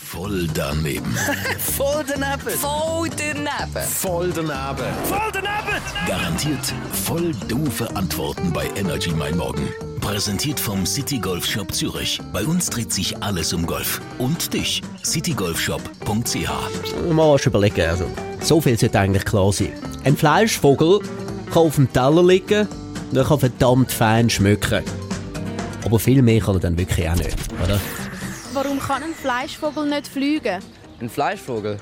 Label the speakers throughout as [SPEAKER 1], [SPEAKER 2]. [SPEAKER 1] Voll daneben.
[SPEAKER 2] Voll daneben.
[SPEAKER 3] Voll daneben.
[SPEAKER 1] Voll daneben.
[SPEAKER 2] Voll daneben.
[SPEAKER 1] Garantiert voll doofe Antworten bei Energy Mein Morgen. Präsentiert vom City Golf Shop Zürich. Bei uns dreht sich alles um Golf. Und dich. citygolfshop.ch
[SPEAKER 4] mal was überlegen. Also, so viel sollte eigentlich klar sein. Ein Fleischvogel kann auf dem Teller liegen und er kann verdammt fein schmücken. Aber viel mehr kann er dann wirklich auch nicht, oder?
[SPEAKER 5] Warum kann ein Fleischvogel nicht fliegen?
[SPEAKER 6] Ein Fleischvogel?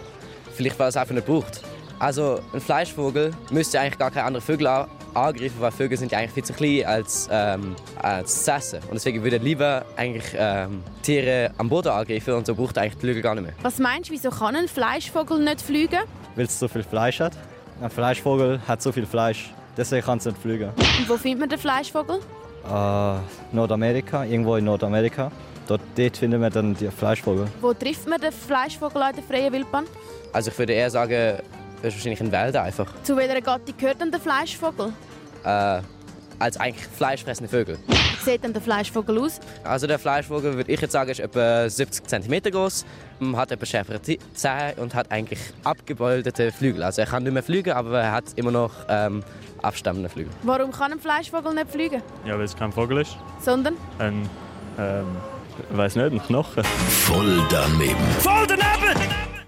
[SPEAKER 6] Vielleicht, weil er es einfach nicht braucht. Also, ein Fleischvogel müsste eigentlich gar keine anderen Vögel an- angreifen, weil Vögel sind ja eigentlich viel zu klein als, ähm, als zu essen. Und deswegen würde er lieber eigentlich ähm, Tiere am Boden angreifen und so braucht er eigentlich die Flügel gar nicht mehr.
[SPEAKER 5] Was meinst du, wieso kann ein Fleischvogel nicht fliegen?
[SPEAKER 7] weil es so viel Fleisch hat. Ein Fleischvogel hat so viel Fleisch, deswegen kann es nicht fliegen.
[SPEAKER 5] Und wo findet man den Fleischvogel?
[SPEAKER 7] Äh, Nordamerika, irgendwo in Nordamerika. Dort, dort finden wir dann die Fleischvogel.
[SPEAKER 5] Wo trifft man den Fleischvogel an der freien Wildbahn?
[SPEAKER 6] Also, ich würde eher sagen, das ist wahrscheinlich ein Wälder einfach.
[SPEAKER 5] Zu welcher Gattung gehört denn der Fleischvogel?
[SPEAKER 6] Äh, als eigentlich fleischfressende Vögel.
[SPEAKER 5] Wie sieht denn der Fleischvogel aus?
[SPEAKER 6] Also der Fleischvogel, würde ich jetzt sagen, ist etwa 70 cm groß, m, hat etwa schärfere Zi- Zähne und hat eigentlich abgebeutete Flügel. Also er kann nicht mehr fliegen, aber er hat immer noch ähm, abstammende Flügel.
[SPEAKER 5] Warum kann ein Fleischvogel nicht fliegen?
[SPEAKER 8] Ja, weil es kein Vogel ist.
[SPEAKER 5] Sondern?
[SPEAKER 8] Ein, ähm, ich weiss nicht, ein Knochen.
[SPEAKER 1] Voll daneben.
[SPEAKER 2] Voll